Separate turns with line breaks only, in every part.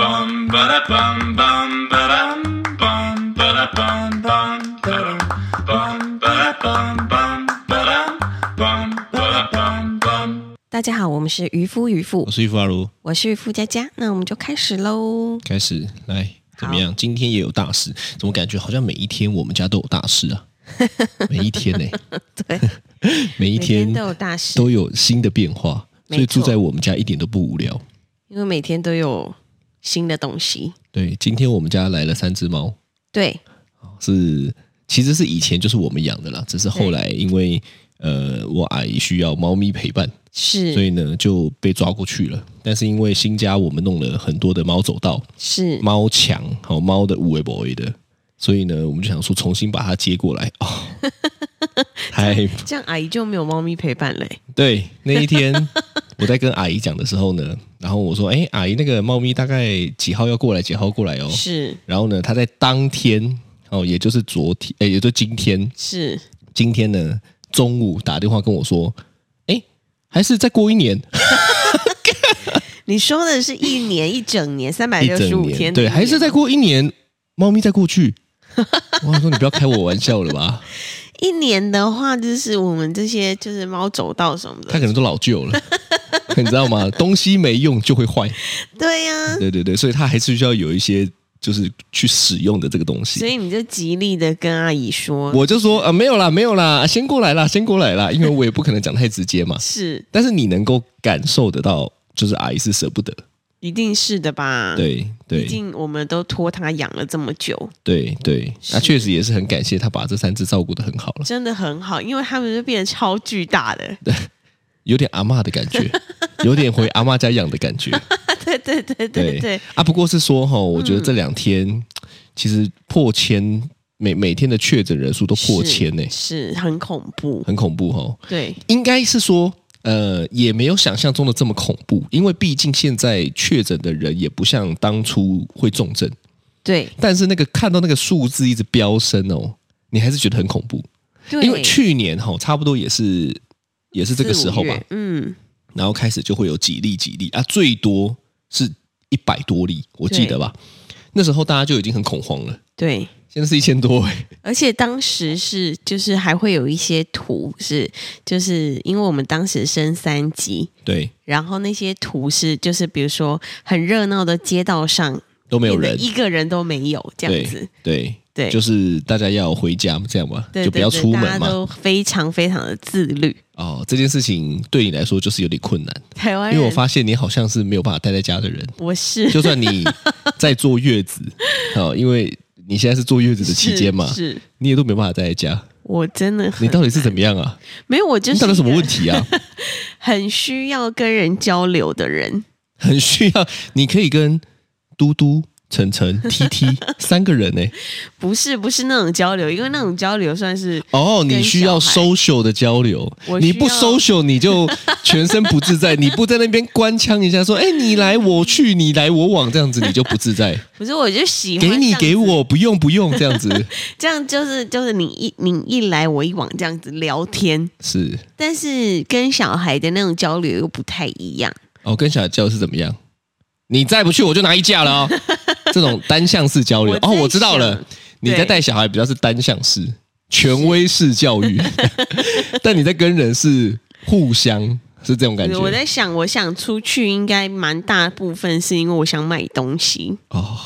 bum ba da bum bum ba dum bum ba da bum bum ba dum bum ba da bum bum ba dum bum ba da bum bum.
大家好，我们是渔夫渔妇
我，是玉富阿如，
我是付佳佳，那我们就开始喽。
开始来怎么样？今天也有大事，怎么感觉好像每一天我们家都有大 事啊？每一天呢、
对，
每一
每天
天
都有大事，
都有新的变化，
没
所以住
错
在我们家一点都不无聊。
因为每天都有新的东西。
对，今天我们家来了三只猫，
对，
是其实是以前就是我们养的啦，只是后来因为呃我阿姨需要猫咪陪伴，所
是
以呢就被抓过去了。但是因为新家我们弄了很多的猫走道、
是，
猫墙，还有猫的五维博维的，所以呢我们就想说重新把它接过来 哦。太
这样阿姨就没有猫咪陪伴嘞、
对，那一天我在跟阿姨讲的时候呢，然后我说：“哎，阿姨，那个猫咪大概几号要过来？几号过来哦？”
是
然后呢，他在当天哦，也就是昨天，哎，也就是今天，
是，
今天呢中午打电话跟我说：“哎，还是再过一年，
你说的是一年一整 年三百
一
六十
整
五
年，
天的一
对，
年，
还是再过一年，猫咪再过 去。”我想说：“你不要开我玩笑了吧？
一年的话，就是我们这些就是猫走道什么
它
的，
可能都老旧了， 你知道吗？东西没用就会坏，
对呀、
对对对，所以它还是需要有一些就是去使用的这个东西。”
所以你就极力的跟阿姨说，。
我就说呃没有啦，没有啦，先过来啦，先过来啦，因为我也不可能讲太直接嘛
是
但是你能够感受得到，就是阿姨是舍不得，
一定是的吧？，
对
毕
对
竟我们都托她养了这么久，
对对，那、确实也是很感谢她把这三只照顾的很好了，
真的很好，因为他们就变得超巨大的，
有点阿嬷的感觉，有点回阿嬷家养的感觉。
对对对对对，嗯
啊，不过是说哈，我觉得这两天、其实破千，每每天的确诊人数都破千呢、
是很恐怖，
很恐怖哈。
对，
应该是说，呃，也没有想象中的这么恐怖，因为毕竟现在确诊的人也不像当初会重症，
对
但是那个看到那个数字一直飙升哦，你还是觉得很恐怖，
对，
因为去年哈、差不多也是也是这个时
四
候
五
吧
月，嗯，
然后开始就会有几例几例啊，最多是一百多例，我记得吧，那时候大家就已经很恐慌了。
对，
现在是一千多哎、
而且当时是就是还会有一些图是，就是因为我们当时升三级，
对，
然后那些图是就是比如说很热闹的街道上
都没有
变得
人，
一个人都没有这样子，
对，
对，
就是大家要回家这样嘛，
对
就不要
对对
出
大
门
家
嘛，
都非常非常的自律。
哦，这件事情对你来说就是有点困难，
台湾
因
人，
为我发现你好像是没有办法待在家 的人，
我是
就算你在坐月子，哦，因为你现在是坐月子的期间嘛，
是是
你也都没办法待在家，
我真的很
你到底是怎么样啊？
没有，我 就
你
是
到底有什么
一个
问题啊？
很需要跟人交流的人，
很需要，你可以跟嘟嘟、晨晨、T T 三个人呢、欸
不是不是那种交流，因为那种交流算是
哦，
跟
你需要
小孩
social 的交流
我，需
你
要
不 social 你就全身不自在，你不在那边官腔一下说，哎、你来我去，你来我往这样子你就不自 在。
不是我就喜欢
给你
这样子
给我，不用不用，这样 子
这样就是就是你一你一来我一往这样子聊天，
是
但是跟小孩的那种交流又不太一样。
哦。跟小孩交流是怎么样？你再不去，我就拿一架 了哦。这种单向式交流
我在
哦，我知道了
想。
你在
对
带小孩比较是单向式、权威式 教育，但你在跟人是互相，是这种感觉。
我在想，我想出去应该蛮大部分是因为我想买东西，
哦，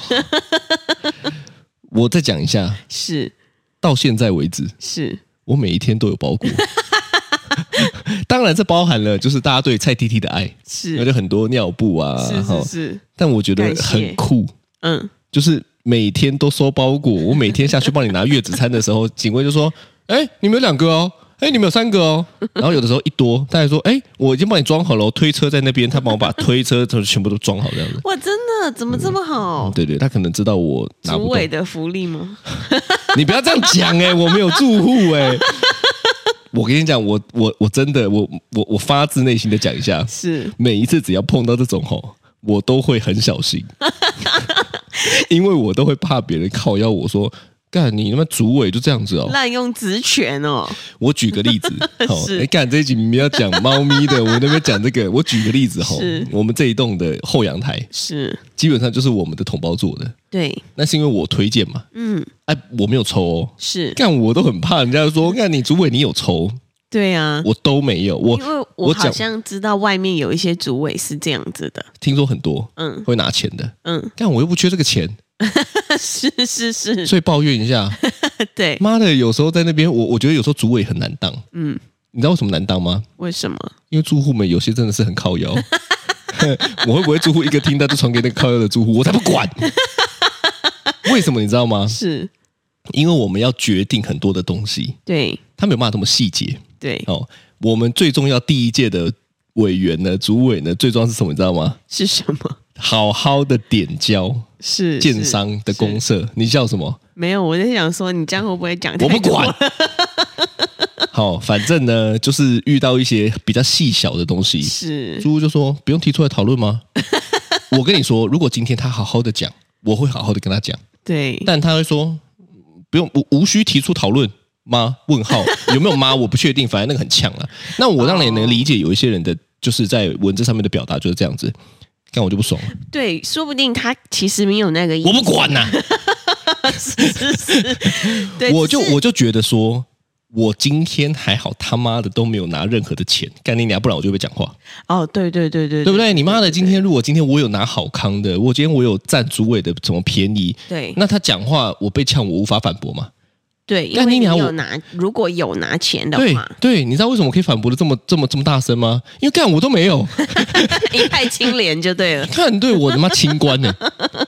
我再讲一下，
是
到现在为止，
是
我每一天都有 包裹。当然，这包含了就是大家对蔡 T T 的爱，那
是
就很多尿布啊，
是
哈
是是，
但我觉得
感谢
很酷，
嗯，
就是每天都收包裹。我每天下去帮你拿月子餐的时候，警卫就说：“哎，你们有两个哦，哎，你们有三个哦。” 然后有的时候一多，他还说：“哎，我已经帮你装好了哦，推车在那边，他帮我把推车全部都装好这样子。
哇，真的怎么这么”好？
对嗯对，他可能知道我拿
主
不
委
动。
的福利吗？
你不要这样讲哎、我没有住户哎、我跟你讲，我我我真的我我我发自内心的讲一下，
是
每一次只要碰到这种吼， 我都会很小心，因为我都会怕别人靠邀我说，干你他妈主委就这样子哦！
滥用职权哦，
我举个例子，好、
是
哎干这一集你们要讲猫咪的，我那边讲这个，我举个例子 吼
是，
我们这一栋的后阳台
是
基本上就是我们的同胞做的，
对，
那是因为我推荐嘛，
嗯，
哎，我没有抽哦，
是
干我都很怕人家说，干你主委你有抽，
对啊，
我都没有，我
因为
我
我
讲
好像知道外面有一些主委是这样子的，
听说很多
嗯
会拿钱的，
嗯，
但我又不缺这个钱，
是是是，
所以抱怨一下，
对，
妈的，有时候在那边，我我觉得有时候主委很难当，
嗯，
你知道为什么难当吗？
为什么？
因为住户们有些真的是很靠 腰。 我会不会住户一个听到就传给那个靠腰的住户？我才不 管。为什么你知道吗？
是
因为我们要决定很多的东西，
对
他没有办法这么细节
对，
哦。我们最重要第一届的委员呢，主委呢，最重要是什么？你知道吗？
是什么？
好好的点交
是
建商的公
司
社，你叫什么？
没有，我在想说你这样会不会讲？
我不管。好，反正呢，就是遇到一些比较细小的东 西，
是
猪就说：“不用提出来讨论吗？” 我跟你说，如果今天他好好的讲，我会好好的跟他讲，
对，
但他会说：“不用，无无需提出讨论吗？”问号 有没有吗？我不确定，反正那个很呛了。那我当然也能理解，有一些人的就是在文字上面的表达就是这样子，但我就不爽了，
对，说不定他其实没有那个意思。
我不管啊呐、
是 是是，对，
我就
只是
我就觉得说。我今天还好，他妈的都没有拿任何的钱，干你娘！不然我就会被讲话，
哦，对对对对
对不对？你妈的！今天如果今天我有拿好康的，我今天我有占主委的什么便宜，
对
那他讲话我被呛，我无法反驳嘛？
对，因
但
为
你
你
俩我
有拿，如果有拿钱的
对
话，
对，你知道为什么我可以反驳的这么这么这么大声吗？因为干我都没有，
一派清廉就对了。
看对我他妈清官 呢、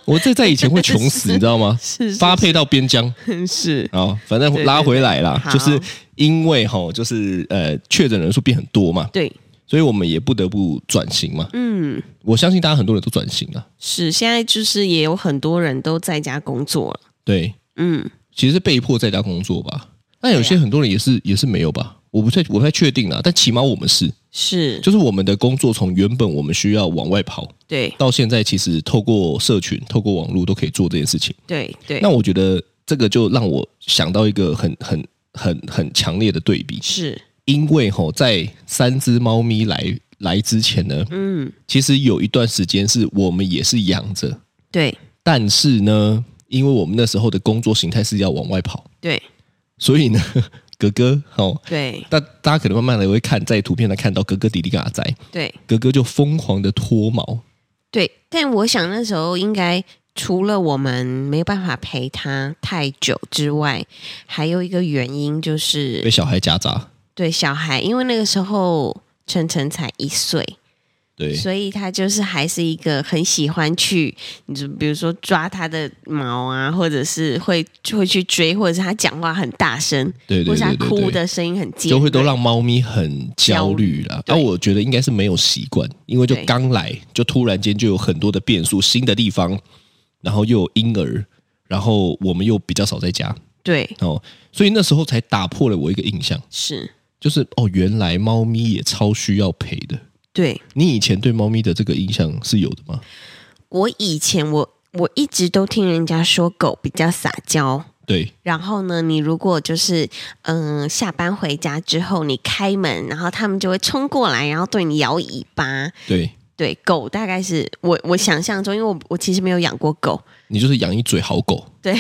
我这在以前会穷死，你知道吗？
是
发配到边疆
是 是，
啊、哦反正
对
拉回来啦，
对对
就是
好
因为哈、就是呃确诊人数变很多嘛，
对，
所以我们也不得不转型嘛。
嗯，
我相信大家很多人都转型了，
是现在就是也有很多人都在家工作了。
对，
嗯，
其实是被迫在家工作吧。那有
对啊
些很多人也是也是没有吧，我不太我不太确定啦，但起码我们是，
是，
就是我们的工作从原本我们需要往外跑，
对
到现在其实透过社群、透过网络都可以做这件事情。
对对
那，我觉得这个就让我想到一个很很很很强烈的对比，
是，
因为吼、在三只猫咪来来之前呢，
嗯，
其实有一段时间是我们也是养着，
对
但是呢，因为我们那时候的工作形态是要往外跑，
对
所以呢， 哥哥哦。
对
那大家可能慢慢的会看，在图片来看到哥哥弟弟跟阿仔，
对
哥哥就疯狂的脱毛，
对，但我想那时候应该除了我们没有办法陪他太久之外，还有一个原因就
被
是
小孩夹杂。
对小孩，因为那个时候晨晨才一岁，
对，
所以他就是还是一个很喜欢去，你就比如说抓他的毛啊，或者是会会去追，或者是他讲话很大声，
对对
或是他
对对
哭
对
的声音很尖锐，
就会都让猫咪很焦虑啦。
焦
那、
虑对
我觉得应该是没有习惯，因为就
对
刚来，就突然间就有很多的变数，新的地方，然后又有婴儿，然后我们又比较少在家
对
哦，所以那时候才打破了我一个印象，
是，
就是哦，原来猫咪也超需要陪的。
对
你以前对猫咪的这个印象是有的吗？
我以前我我一直都听人家说狗比较撒娇。
对
然后呢，你如果就是嗯、下班回家之后，你开门，然后他们就会冲过来，然后对你摇尾巴。
对，
对，狗大概是我我想象中，因为我我其实没有养过狗，
你就是养一嘴好狗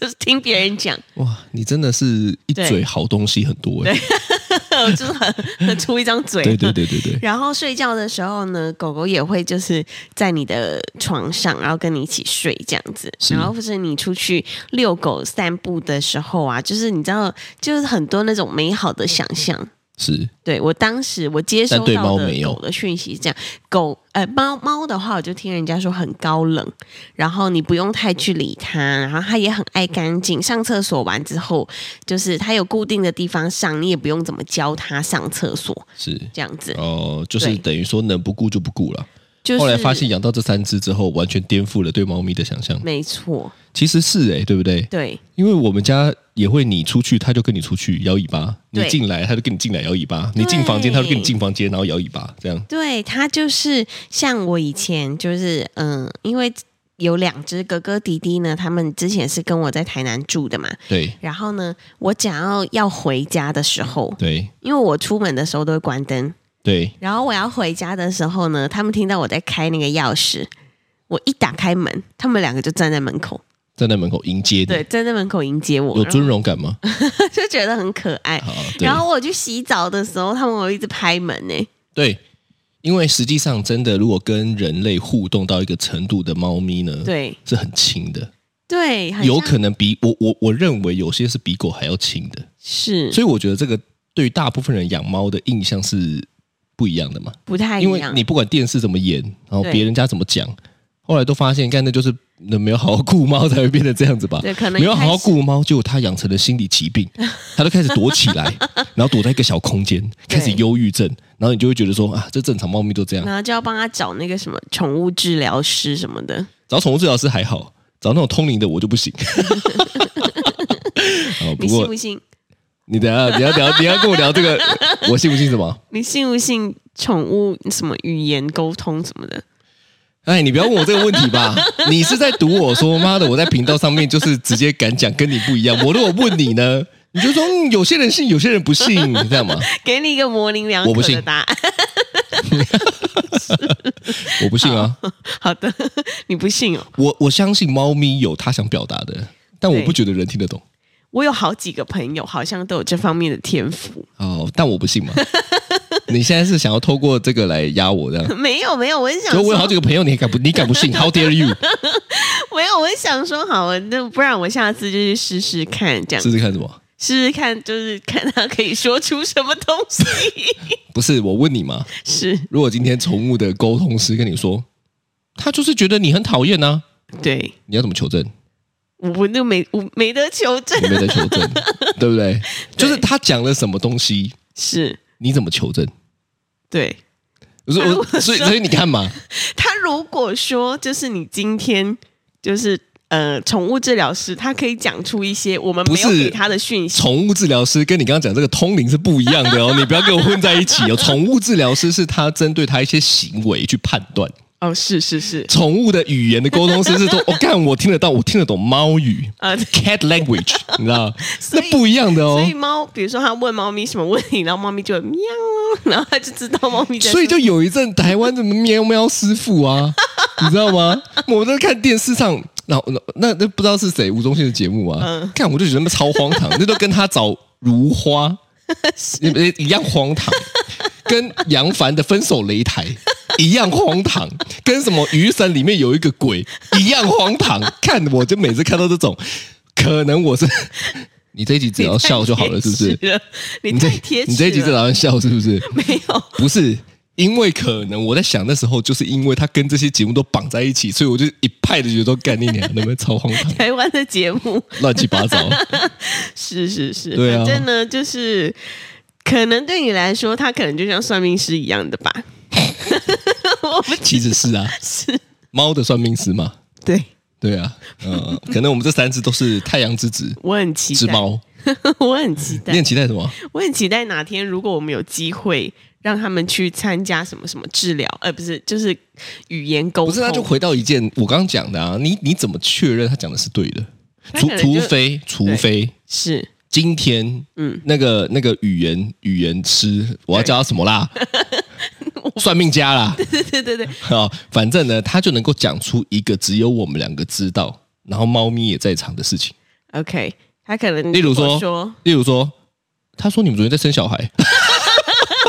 就是听别人讲，
哇，你真的是一
对
嘴好东西很多哎、
我就是很很出一张嘴。
对对对对对，
然后睡觉的时候呢，狗狗也会就是在你的床上，然后跟你一起睡这样子。
是
然后或是你出去遛狗散步的时候啊，就是你知道，就是很多那种美好的想象。
是
对我当时我接收
但对
到
猫
的
没有
狗的讯息是这样，狗呃猫猫的话，我就听人家说很高冷，然后你不用太去理它，然后它也很爱干净。上厕所完之后，就是它有固定的地方上，你也不用怎么教它上厕所
是。
这样子。
哦，就是
对
等于说能不顾就不顾了。
就是
后来发现养到这三只之后，完全颠覆了对猫咪的想象。
没错，
其实是诶、对不对？
对
因为我们家也会，你出去它就跟你出去摇尾巴，你
对
进来它就跟你进来摇尾巴，
对
你进房间它就跟你进房间，然后摇尾巴，这样
对，它就是像我以前就是嗯，因为。有两只哥哥弟弟呢，他们之前是跟我在台南住的嘛。
对
然后呢，我想要要回家的时候，
对
因为我出门的时候都会关灯，
对，
然后我要回家的时候呢，他们听到我在开那个钥匙，我一打开门，他们两个就站在门口，
站在门口迎接
对，
你，
站在门口迎接我，
嗯
然
有
后
尊荣感吗？
就觉得很可爱。
好，对
然后我去洗澡的时候，他们会一直拍门欸呢、
对，因为实际上真的，如果跟人类互动到一个程度的猫咪呢，
对
是很亲的，
对，很
有
像
可能比我我我认为有些是比狗还要亲的，
是
所以我觉得这个对于大部分人养猫的印象是不一样的嘛，
不太一
因为
样。
你不管电视怎么演，然后
对
别人家怎么讲，后来都发现，干的就是那没有好好顾猫才会变成这样子吧？
对可能
没有好
一开
好
始
顾猫，结果它养成了心理 疾病，它就开始躲起来，然后躲在一个小空间，开始忧郁症，然后你就会觉得说啊，这正常猫咪都这样。
然后就要帮他找那个什么宠物治疗师什么的。
找宠物治疗师还好，找那种通灵的我就 不行。哦，不
你信
过
不信？
你等一下你要聊，你要跟我 聊这个，我信不信什么？
你信不信宠物什么语言沟通什么的？
哎，你不要问我这个问题吧，你是在堵我说，妈的，我在频道上面就是直接敢讲，跟你不一样。我如果问你呢，你就说、嗯、有些人信，有些人不信，这样吗？
给你一个模棱两
我不
可
信
的答案。
我不信啊，
好的，你不信哦。
我我相信猫咪有它想表达的，但我
对
不觉得人听得懂。
我有好几个朋友好像都有这方面的天赋。
哦，但我不信嘛。你现在是想要透过这个来压我这样？
没有没有，我是想
所
说
以我有好几个朋友，你敢不你敢不信？How dare you！
没有，我是想说好，那不然我下次就去试试看，这样
试试看什么？
试试看，就是看他可以说出什么东西。
不是我问你嘛？
是
如果今天宠物的沟通师跟你说，他就是觉得你很讨厌呢、
对。
你要怎么求证？
我我就没我没得求证
你，没得求证，对不对？就是他讲了什么东西，
是
你怎么求证？
对。
我说
如果
我，所以
说
所以你看嘛，
他如果说就是你今天就是呃宠物治疗师，他可以讲出一些我们没有
不是
给他的讯息，
宠物治疗师跟你刚刚讲这个通灵是不一样的哦，你不要跟我混在 一起哦。宠物治疗师是他针对他一些行为去判断，
哦，是是是，
宠物的语言的沟通师是说，我、哦干我听得到，我听得懂猫语
呃，
，cat language，你知道，
所
那
以
不一样的
所
哦
以。猫，比如说他问猫咪什么问题，然后猫咪就会喵，然后他就知道猫咪在说。
所以就有一阵台湾什么喵喵师 傅啊，你知道吗？我在看电视上，然后那那不知道是谁吴宗宪的节目啊，
嗯
看我就觉得那超荒 唐，那都跟他找如花呃一样荒唐，跟杨凡的分手擂台。 一样荒唐，跟什么《雨伞》里面有一个鬼一样荒唐。看我就每次看到这种，可 能我是你这一集只要笑就好了，是不是？？
你
你这
太贴
你这一集
齿
只
了，
打算笑是不是？
没有，，
不是，因为可能我在想那时候，就是因为他跟这些节目都绑在一起，所以我就一派的觉得都干你娘，那么超荒唐
台湾的节目
乱七八糟。
是是是，
对啊
反正呢就是。可能对你来说，他可能就像算命师一样的吧。 我不
其实是啊，
是
猫的算命师嘛，
对
对啊， 嗯，可能我们这三只都是太阳之子
我很期
之
待，
猫，
我很期
你
待
很，期待什么？
我很期待哪天如果我们有机会让他们去参加什么什么治疗，呃，不是，就是语言沟通，
不是，那就回到一件我刚刚讲的啊，你你怎么确认他讲的是对的？
他
除
可能
除
就
非除
对
非
是
今天，嗯，那个那个语言语言师，我要叫他什么 啦？算命家啦，
对对对对，
啊，反正呢，他就能够讲出一个只有我们两个知道，然后猫咪也在场的事情。
OK，他可能
例如
说
说，
说
例如说，他说你们昨天在生小孩，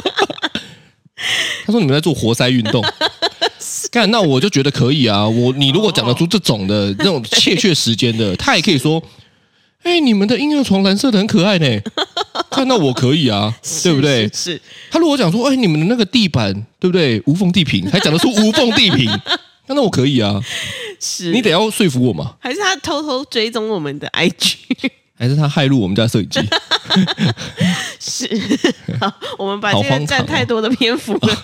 他说你们在做活塞运 动。干，那我就觉得可以啊。我你如果讲得出这种的、
哦
那种切确时间的，他也可以说，哎、你们的婴儿床蓝色的很可爱呢。看到我可 以啊，对不对？
是是
他如果讲说，哎、你们的那个地板，对不对？无缝地平，还讲得出无缝 地平，那那我可以啊。
是，
你得要说服我嘛，
还是他偷偷追踪我 们的 IG
还是他害入我们家摄 影机？
是？好，我们把
好
这个
荒
占
唐哦哦
太多的篇幅 了。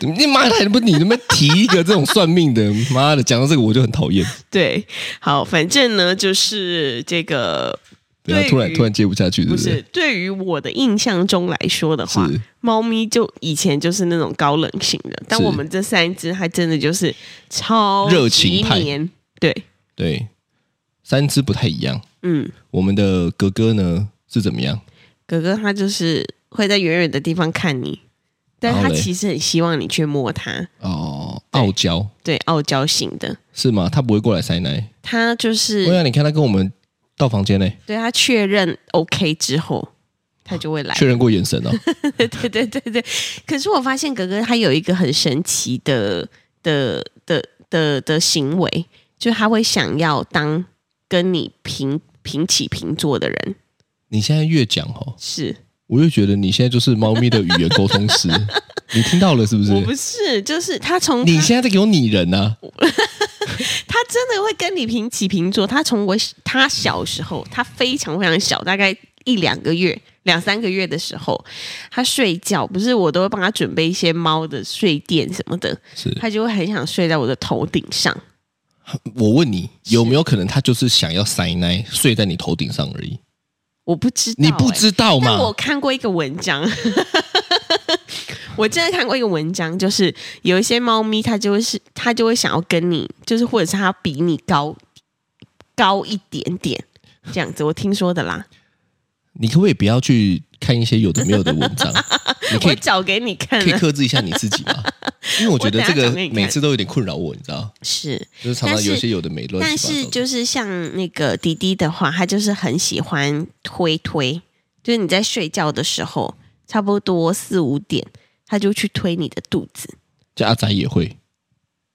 你妈的，不，你他妈提一个这种算命的，妈的，讲到这个我就很讨厌。
对，好，反正呢就是这个。
对啊，
对
突然
于
突然接不下去，对
不
对
是？，对于我的印象中来说的话
是，
猫咪就以前就是那种高冷型的，但
是
我们这三只它真的就是超
热情派
级黏，对，
对，三只不太一样。
嗯，
我们的格格呢是怎么样？
哥哥他就是会在远远的地方看你，但
然
他
后嘞
其实很希望你去摸它，
哦，傲娇
对，傲娇型的，
是吗？他不会过来塞奶。
他就
对
是
啊，你看他跟我们到房间嘞，
对他确认 OK 之后，他就会来。
确认过眼神哦。
对对对对对。可是我发现哥哥他有一个很神奇的的的的的行为，就他会想要当跟你平平起平坐的人，
你现在越讲哦，
是
我越觉得你现在就是猫咪的语言沟通 师，你听到了是不是？
我不是，就是他从
你
他
现在在给我拟人啊？
他真的会跟你平起平坐。他从我他小时候，他非常非常小，大概一两个月、两三个月的时候，他睡觉不是我都会帮他准备一些猫的睡垫什么的，
是
他就会很想睡在我的头顶上。
我问你，有没有可能他就是想要塞奶睡在你头顶上而已？
我不知道、
你不
欸
知道
但我
嘛？
看过一个文章， 我真的看过一个文章，就是有一些猫咪，它就会是它就会想要跟你，就是或者是它比你高高一点点这样子，我听说的啦，
你可不可以不要去看一些有的没有的文章？你 可
我
以
找给你看
可以
啊。
克制一下你自己 吗？因为我觉得这
我等一下
个
讲给你看
每次都有点困扰我，你知道，
是，
就是常常
但是
有一些有的没乱
但
七八糟
是
的
就是像那个迪迪的话，他就是很喜欢推推，就是你在睡觉的时候，差不多四五点，他就去推你的肚子。
像阿仔也会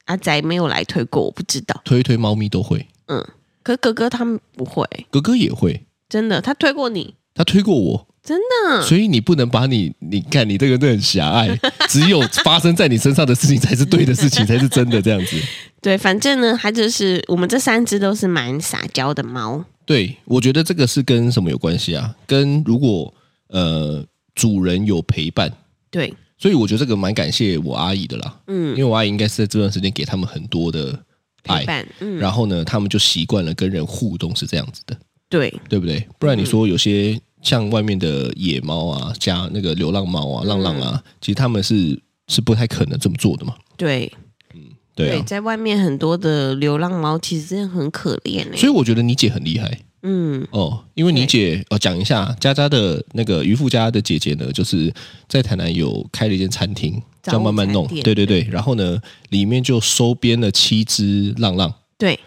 阿仔没有来推过，我不知道。
推一推，猫咪都会，
嗯，可是哥哥他们不会，
哥哥也会，
真的，他推过你，
他推过我，
真的。
所以你不能把你，你看你这个人都很狭隘，只有发生在你身上的事情才是对的事情，才是真的这样子。
对，反正呢，它就是我们这三只都是蛮撒娇的猫，
对，我觉得这个是跟什么有关系啊？跟如果呃主人有陪伴，
对，
所以我觉得这个蛮感谢我阿姨的啦，因
嗯，
为我阿姨应该是在这段时间给他们很多的
陪
爱，
伴，嗯，
然后呢，他们就习惯了跟人互动是这样子的，
对，
对不对？不然你说有些像外面的野猫啊，加那个流浪猫
嗯
啊、浪浪啊，其实他们是是不太可能这么做的嘛。
对，
对啊，
在外面很多的流浪猫其实真的很可怜哎、
所以我觉得你姐很厉害
嗯，
哦，因为你姐哦，讲一下佳佳的那个渔夫家的姐姐呢，就是在台南有开了一间餐厅，
早
叫慢慢
午餐
弄，
店
对对对，然后呢，里面就收编了七只浪浪，
对，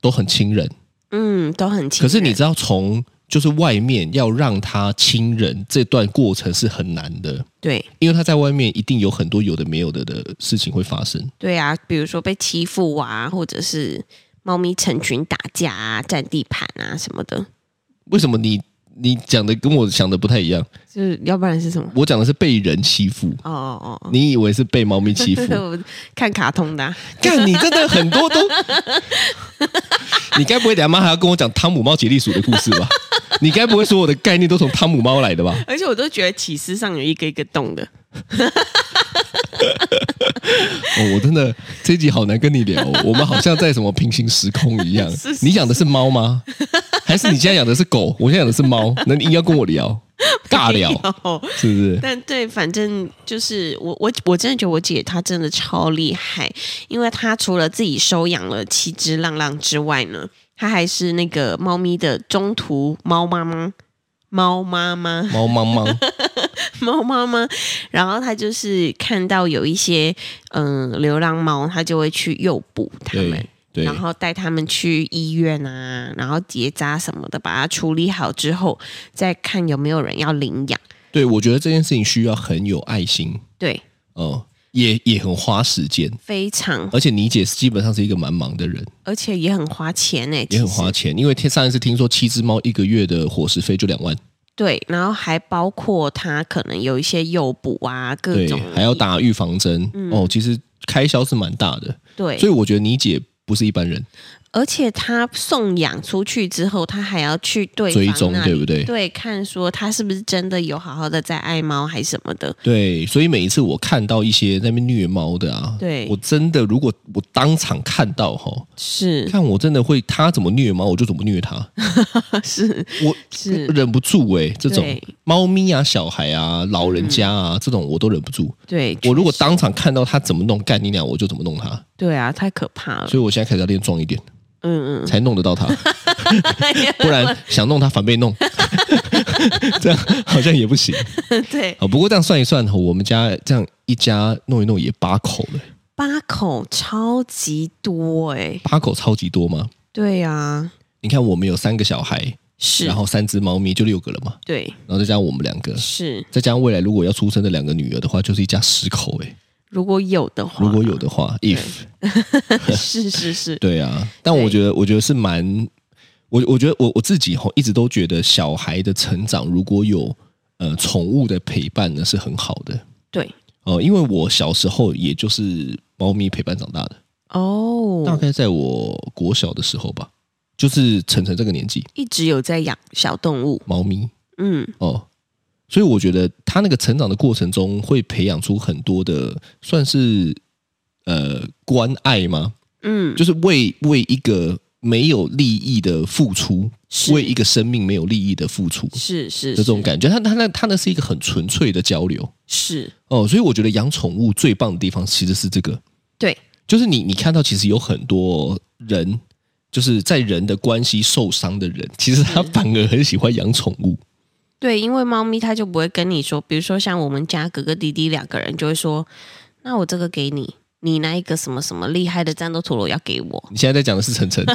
都很亲人。
嗯，都很亲
可
人。
是你知道，从就是外面要让他亲人这段过程是很难的，
对
因为他在外面一定有很多有的没有的的事情会发生。
对啊，比如说被欺负啊，或者是猫咪成群打架啊、占地盘啊什么的，
为什么你你讲的跟我想的不太一样？
就是要不然是什么？
我讲的是被人欺负，
哦哦哦，
你以为是被猫咪 欺负？
我看卡通的啊、
干，你真的很多都，你该不会等下妈还要跟我讲汤姆猫杰利鼠的故 事吧？你该不会说我的概念都从汤姆猫来的吧？
而且我都觉得起司上有一个一个洞的。
哦，我真的这一集好难跟你聊哦、我们好像在什么平行时空一样。
是是
你养 的是猫吗？还是你现在养的是狗？我现在养的是猫，那你硬要跟我 聊尬聊，
有
是不是？
但对，反正就是我我我真的觉得我姐她真的超厉害，因为她除了自己收养了七只浪浪之外呢，她还是那个猫咪的中途猫妈妈。猫妈妈，
猫茫 茫，
猫妈妈， 然后她就是看到有一些嗯、流浪猫，她就会去诱捕它们
对，对
然后带他们去医院啊，然后结扎什么的，把它处理好之后，再看有没有人要领养。
对，我觉得这件事情需要很有爱心，
对，
哦，也也很花时间，
非常，
而且你姐基本上是一个蛮忙的人。
而且也很花钱呢、
也很花
其实。
钱，因为天上一次听说七只猫一个月的伙食费就两万，
对，然后还包括它可能有一些诱捕啊，各
对
种，
还要打预防针、哦，其实开销是蛮大的，
嗯对
所以我觉得你姐不是一般人，
而且它送养出去之后，它还要去对
追
方
踪
那
对
里
不对
对，看说它是不是真的有好好的在爱猫还什么的。
对，所以每一次我看到一些在那边虐猫的啊，
对
我真的如果我当场看到哈，
是
看我真的会他怎么虐猫，我就怎么 虐他，
是
我
是
忍不住哎、这种
对
猫咪啊、小孩啊、老人家啊、这种我都忍不住。
对，
我如果
确实
当场看到他怎么弄，干你俩我就怎么弄他，
对啊，太可怕了。
所以我现在开始要练壮一点，
嗯嗯，
才弄得 到他， 不然想弄他反被 弄，这样好像也不行
对，
啊。不过这样算一算，我们家这样一家弄一弄也八口了，
八口超级多哎、
八口超级多嘛。
对啊，
你看我们有三个小孩，
是，
然后三只猫咪就六个了嘛，
对
然后再加上我们两个，
是，
再加上未来如果要出生的两个女儿的话，就是一家十口哎、
如果有的话，
如果有的话，if
是是是，
对啊，但我觉得，我觉得是蛮，我我觉得我我自己吼一直都觉得小孩的成长如果有呃宠物的陪伴呢是很好的
对
哦、呃因为我小时候也就是猫咪陪伴长大的，大
哦，
概在我国小的时候吧，就是晨晨这个年纪，
一直有在养小动物，
猫咪
嗯，
哦、所以我觉得他那个成长的过程中会培养出很多的算是呃关爱吗？
嗯，
就是为为一个没有利益的付出，
是
为一个生命没有利益的付出的
是是
这种感觉。他他那他那是一个很纯粹的交流
是，
哦，所以我觉得养宠物最棒的地方其实是这个，
对，
就是你你看到其实有很多人。就是在人的关系受伤的 人，其实他反而很喜欢养宠物。
嗯对，因为猫咪它就不会跟你说，比如说像我们家哥哥弟弟两个人就会说，那我这个给你，你那一个什么什么厉害的战斗陀螺要给我，
你现在在讲的是晨晨，
对，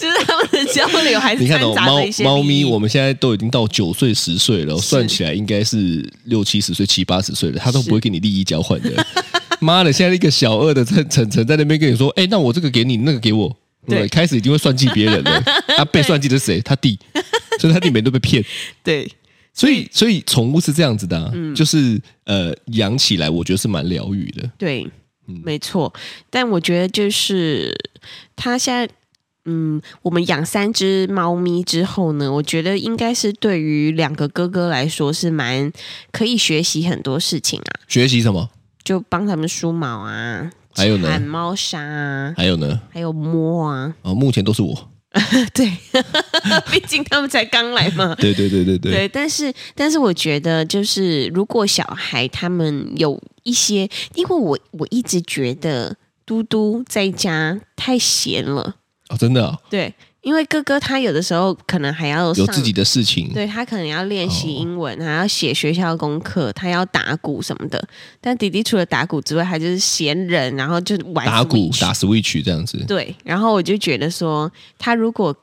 就是他们的交流还是
你看
掺
哦，
杂
猫
着一些
猫咪，
利益
我们现在都已经到九岁、十岁了，
是
算起来应该是六七十岁、七八十岁了，它都
是
不会给你利益交换 的。妈的，现在一个小二的晨晨晨在那边跟你说，哎、那我这个给你，那个给我，
对
对，开始已经会算计别人 了。他、被算计的是谁？他弟，所以他弟每天都被骗。
对
所以，所以宠物是这样子的、啊，
嗯
就是呃，养起来我觉得是蛮疗愈的。
对，
嗯
没错。但我觉得就是它现在，嗯，我们养三只猫咪之后呢，我觉得应该是对于两个哥哥来说是蛮可以学习很多事情啊，
学习什么？
就帮他们梳毛啊，
还有呢
铲猫砂啊，
还有呢？
还有摸啊，
啊、目前都是我。
对， 毕竟他们才刚来嘛。
对对对对对。
对，但是但是我觉得，就是如果小孩他们有一些，因为我我一直觉得嘟嘟在家太闲了，
哦，真的啊、
对，因为哥哥他有的时候可能还要
有
上
自己的事情。
对他可能要练习
哦
英文，还要写学校功课，他要打鼓什么的。但弟弟除了打鼓之外，他就是闲人，然后就玩
打鼓、
Switch
打 Switch 这样子。
对，然后我就觉得说，他如果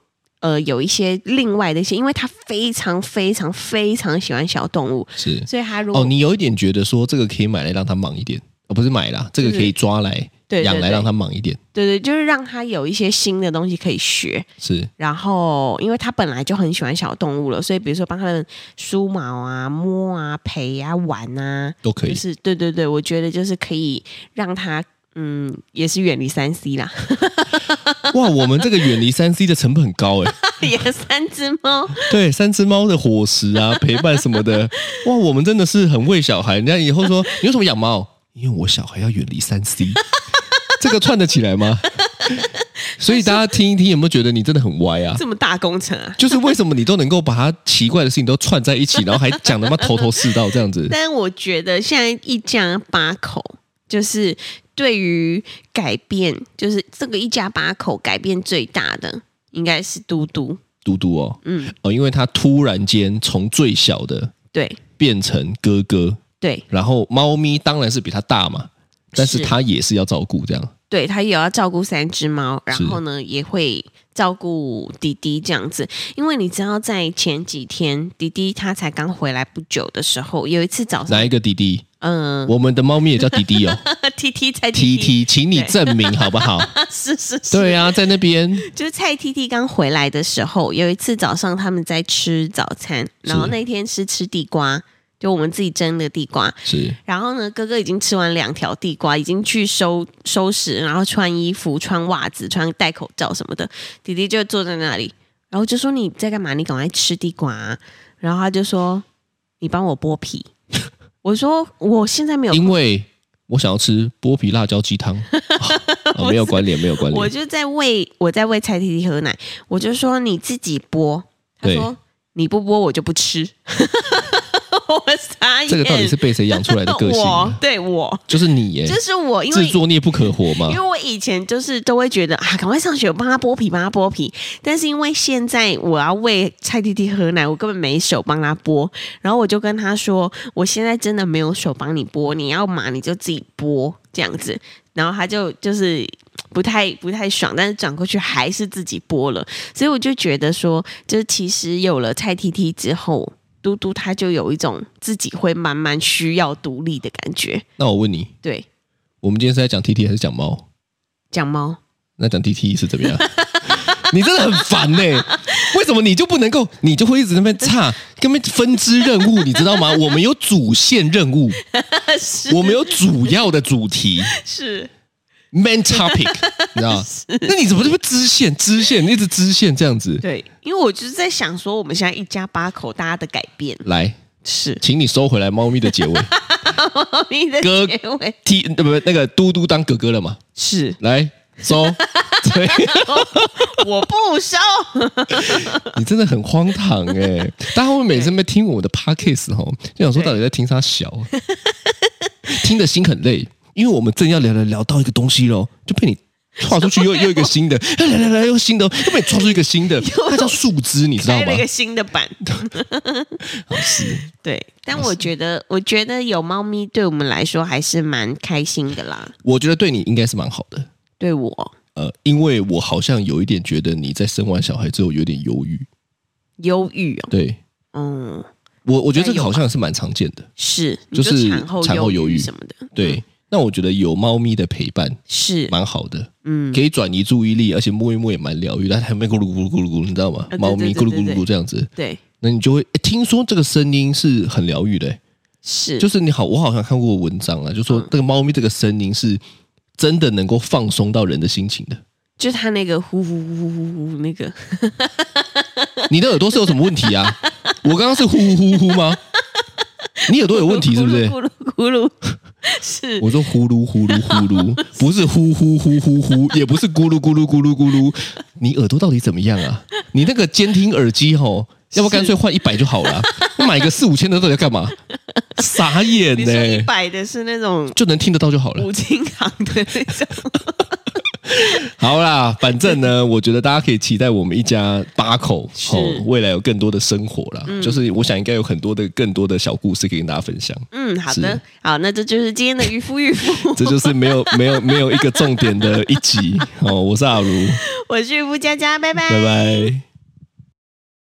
呃有一些另外的一些，因为他非常非常非常喜欢小动物，
是
所以他如果、
哦，你有一点觉得说这个可以买来让它忙一点，哦，不是买啦，这个可以抓来
对对
养来
对
让它忙一点，
对对，就是让他有一些新的东西可以学。
是
然后，因为他本来就很喜欢小动物了，所以比如说帮他们梳毛啊、摸啊、陪啊、玩啊，
都可 以。
就是对对对，我觉得就是可以让他嗯，也是远离三 C 啦，
哇，我们这个远离三 C 的成本很高哎，
养三只猫，
对，三只猫的伙食啊、 陪伴什么的，哇，我们真的是很为小孩。人家以后说你为什么养猫？因为我小孩要远离三 C，这个串得起来吗？所以大家听一听，有没有觉得你真的很歪啊？
这么大工程啊！
就是为什么你都能够把它奇怪的事情都串在一起，然后还讲他妈头头是道这样子？
但我觉得现在一家八口，就是对于改变，就是这个一家八口改变最大的应该是嘟嘟，
嘟嘟哦，
嗯，
哦，因为他突然间从最小的
对
变成哥哥，
对
然后猫咪当然是比他大嘛，但是
是
他也是要照顾这样，
对，他也要照顾三只猫，然
是
后呢也会照顾弟弟这样子。因为你知道，在前几天弟弟他才刚回来不久的时候，有一次早
哪
上，
一个弟弟？
嗯
我们的猫咪也叫弟 弟哦
，T T 蔡
，T
T T，
T，请你证明好不好？
是是 是，
对啊，在那边
就是蔡 T T 刚回来的时候，有一次早上他们在吃早餐，然后那一天是吃地瓜，就我们自己蒸的地瓜。
是
然后呢，哥哥已经吃完两条地瓜，已经去收收拾，然后穿衣服、穿袜子、穿戴口罩什么的。弟弟就坐在那里，然后就说：“你在干嘛？你赶快吃地瓜啊、然后他就说：“你帮我剥皮。” 我说：“我现在没有空
因为我想要吃剥皮辣椒鸡 汤，啊没有关联，没有关
我
联，
就在喂我在喂蔡弟弟喝奶，我就说你自己剥，他
对
说你不剥我就不 吃，我傻眼。
这个到底是被谁养出来的个 性
我
啊？
对我
就是你耶
就，是我，因
自
为。
作孽不可活嘛
因为。我以前就是都会觉得啊，赶快上学，我帮他剥皮，帮他剥皮。但是因为现在我要喂蔡弟弟喝奶，我根本没手帮他剥。然后我就跟他说，我现在真的没有手帮你剥，你要嘛你就自己剥这样子。然后他就就是不太不太爽，但是转过去还是自己剥了。所以我就觉得说，就是其实有了蔡 T T 之后。嘟嘟，他就有一种自己会慢慢需要独立的感觉。
那我问你，
对，
我们今天是在讲 T T 还是讲猫？
讲猫，
那讲 T T 是怎么样？ 你真的很烦呢、为什么你就不能够，你就会一直在那边差，跟那边分支任务，你知道吗？我们有主线任务，我们有主要的主题
是
main topic，你知道吗？那你怎么这么支线支线，你一直支线这样子？
对，因为我就是在想说，我们现在一家八口，大家的改 变
来，
是
请你收回来猫咪的结尾
猫咪的
哥
结尾
，T 呃不那个嘟嘟当哥哥了嘛？
是
来收，对，
我不收，
你真的很荒唐哎、大家会不会每次在听我的 podcast 哦，就想说
对
到底在听啥小啊， 听的心很累，因为我们正要聊聊聊到一个东西喽，就被你。跨出 去又又一个新的，来来来来又新的，哦又被你抓出一个新的，那叫树枝，你知道
开
吗
了一？个新的 版。对，但我觉得，我觉得有猫咪对我们来说还是蛮开心的啦。
我觉得对你应该是蛮好的，
对我
呃，因为我好像有一点觉得你在生完小孩之后有点忧郁，
忧郁哦，
对
嗯，
我我觉得这
应该
个
有
好像是蛮常见的，
是，你
就是
产后
产后忧郁
郁什么的，
对。那我觉得有猫咪的陪伴
是，
蛮好的，
嗯，
可以转移注意力，而且摸一摸也蛮疗愈的，它还没咕噜咕噜咕噜咕噜，你知道吗
啊对？
猫咪咕
对
噜
对
咕噜咕
对
噜这样子，
对，
那你就会诶听说这个声音是很疗愈的、诶
是，
就是你好，我好像看过文章啊，就说
嗯
这个猫咪这个声音是真的能够放松到人的心情的。
就它那个呼呼呼呼呼那个，
你的耳朵是有什么问题啊？我刚刚是呼呼呼呼吗？你耳朵有问题是不 是？
咕噜咕噜咕噜，是
我说呼噜呼噜 呼噜，不是呼呼呼呼呼，也不是咕噜咕噜咕噜咕噜。你耳朵到底怎么样啊？你那个监听耳机吼，要不干脆换一百就好了。买个四五千的到底要干嘛？傻眼
你
呢、
说你摆的是那种
就能听得到就好 了。
五金行的那种，
好啦，反正呢，我觉得大家可以期待我们一家八口
是嗯
哦，未来有更多的生活啦。就是我想应该有很多的更多的小故事可以跟大家分享。
嗯，好的，好，那这就是今天的渔夫渔夫，
这就是没有没有没有一个重点的一集哦。我是阿如，
我是渔夫佳佳，拜拜
拜拜。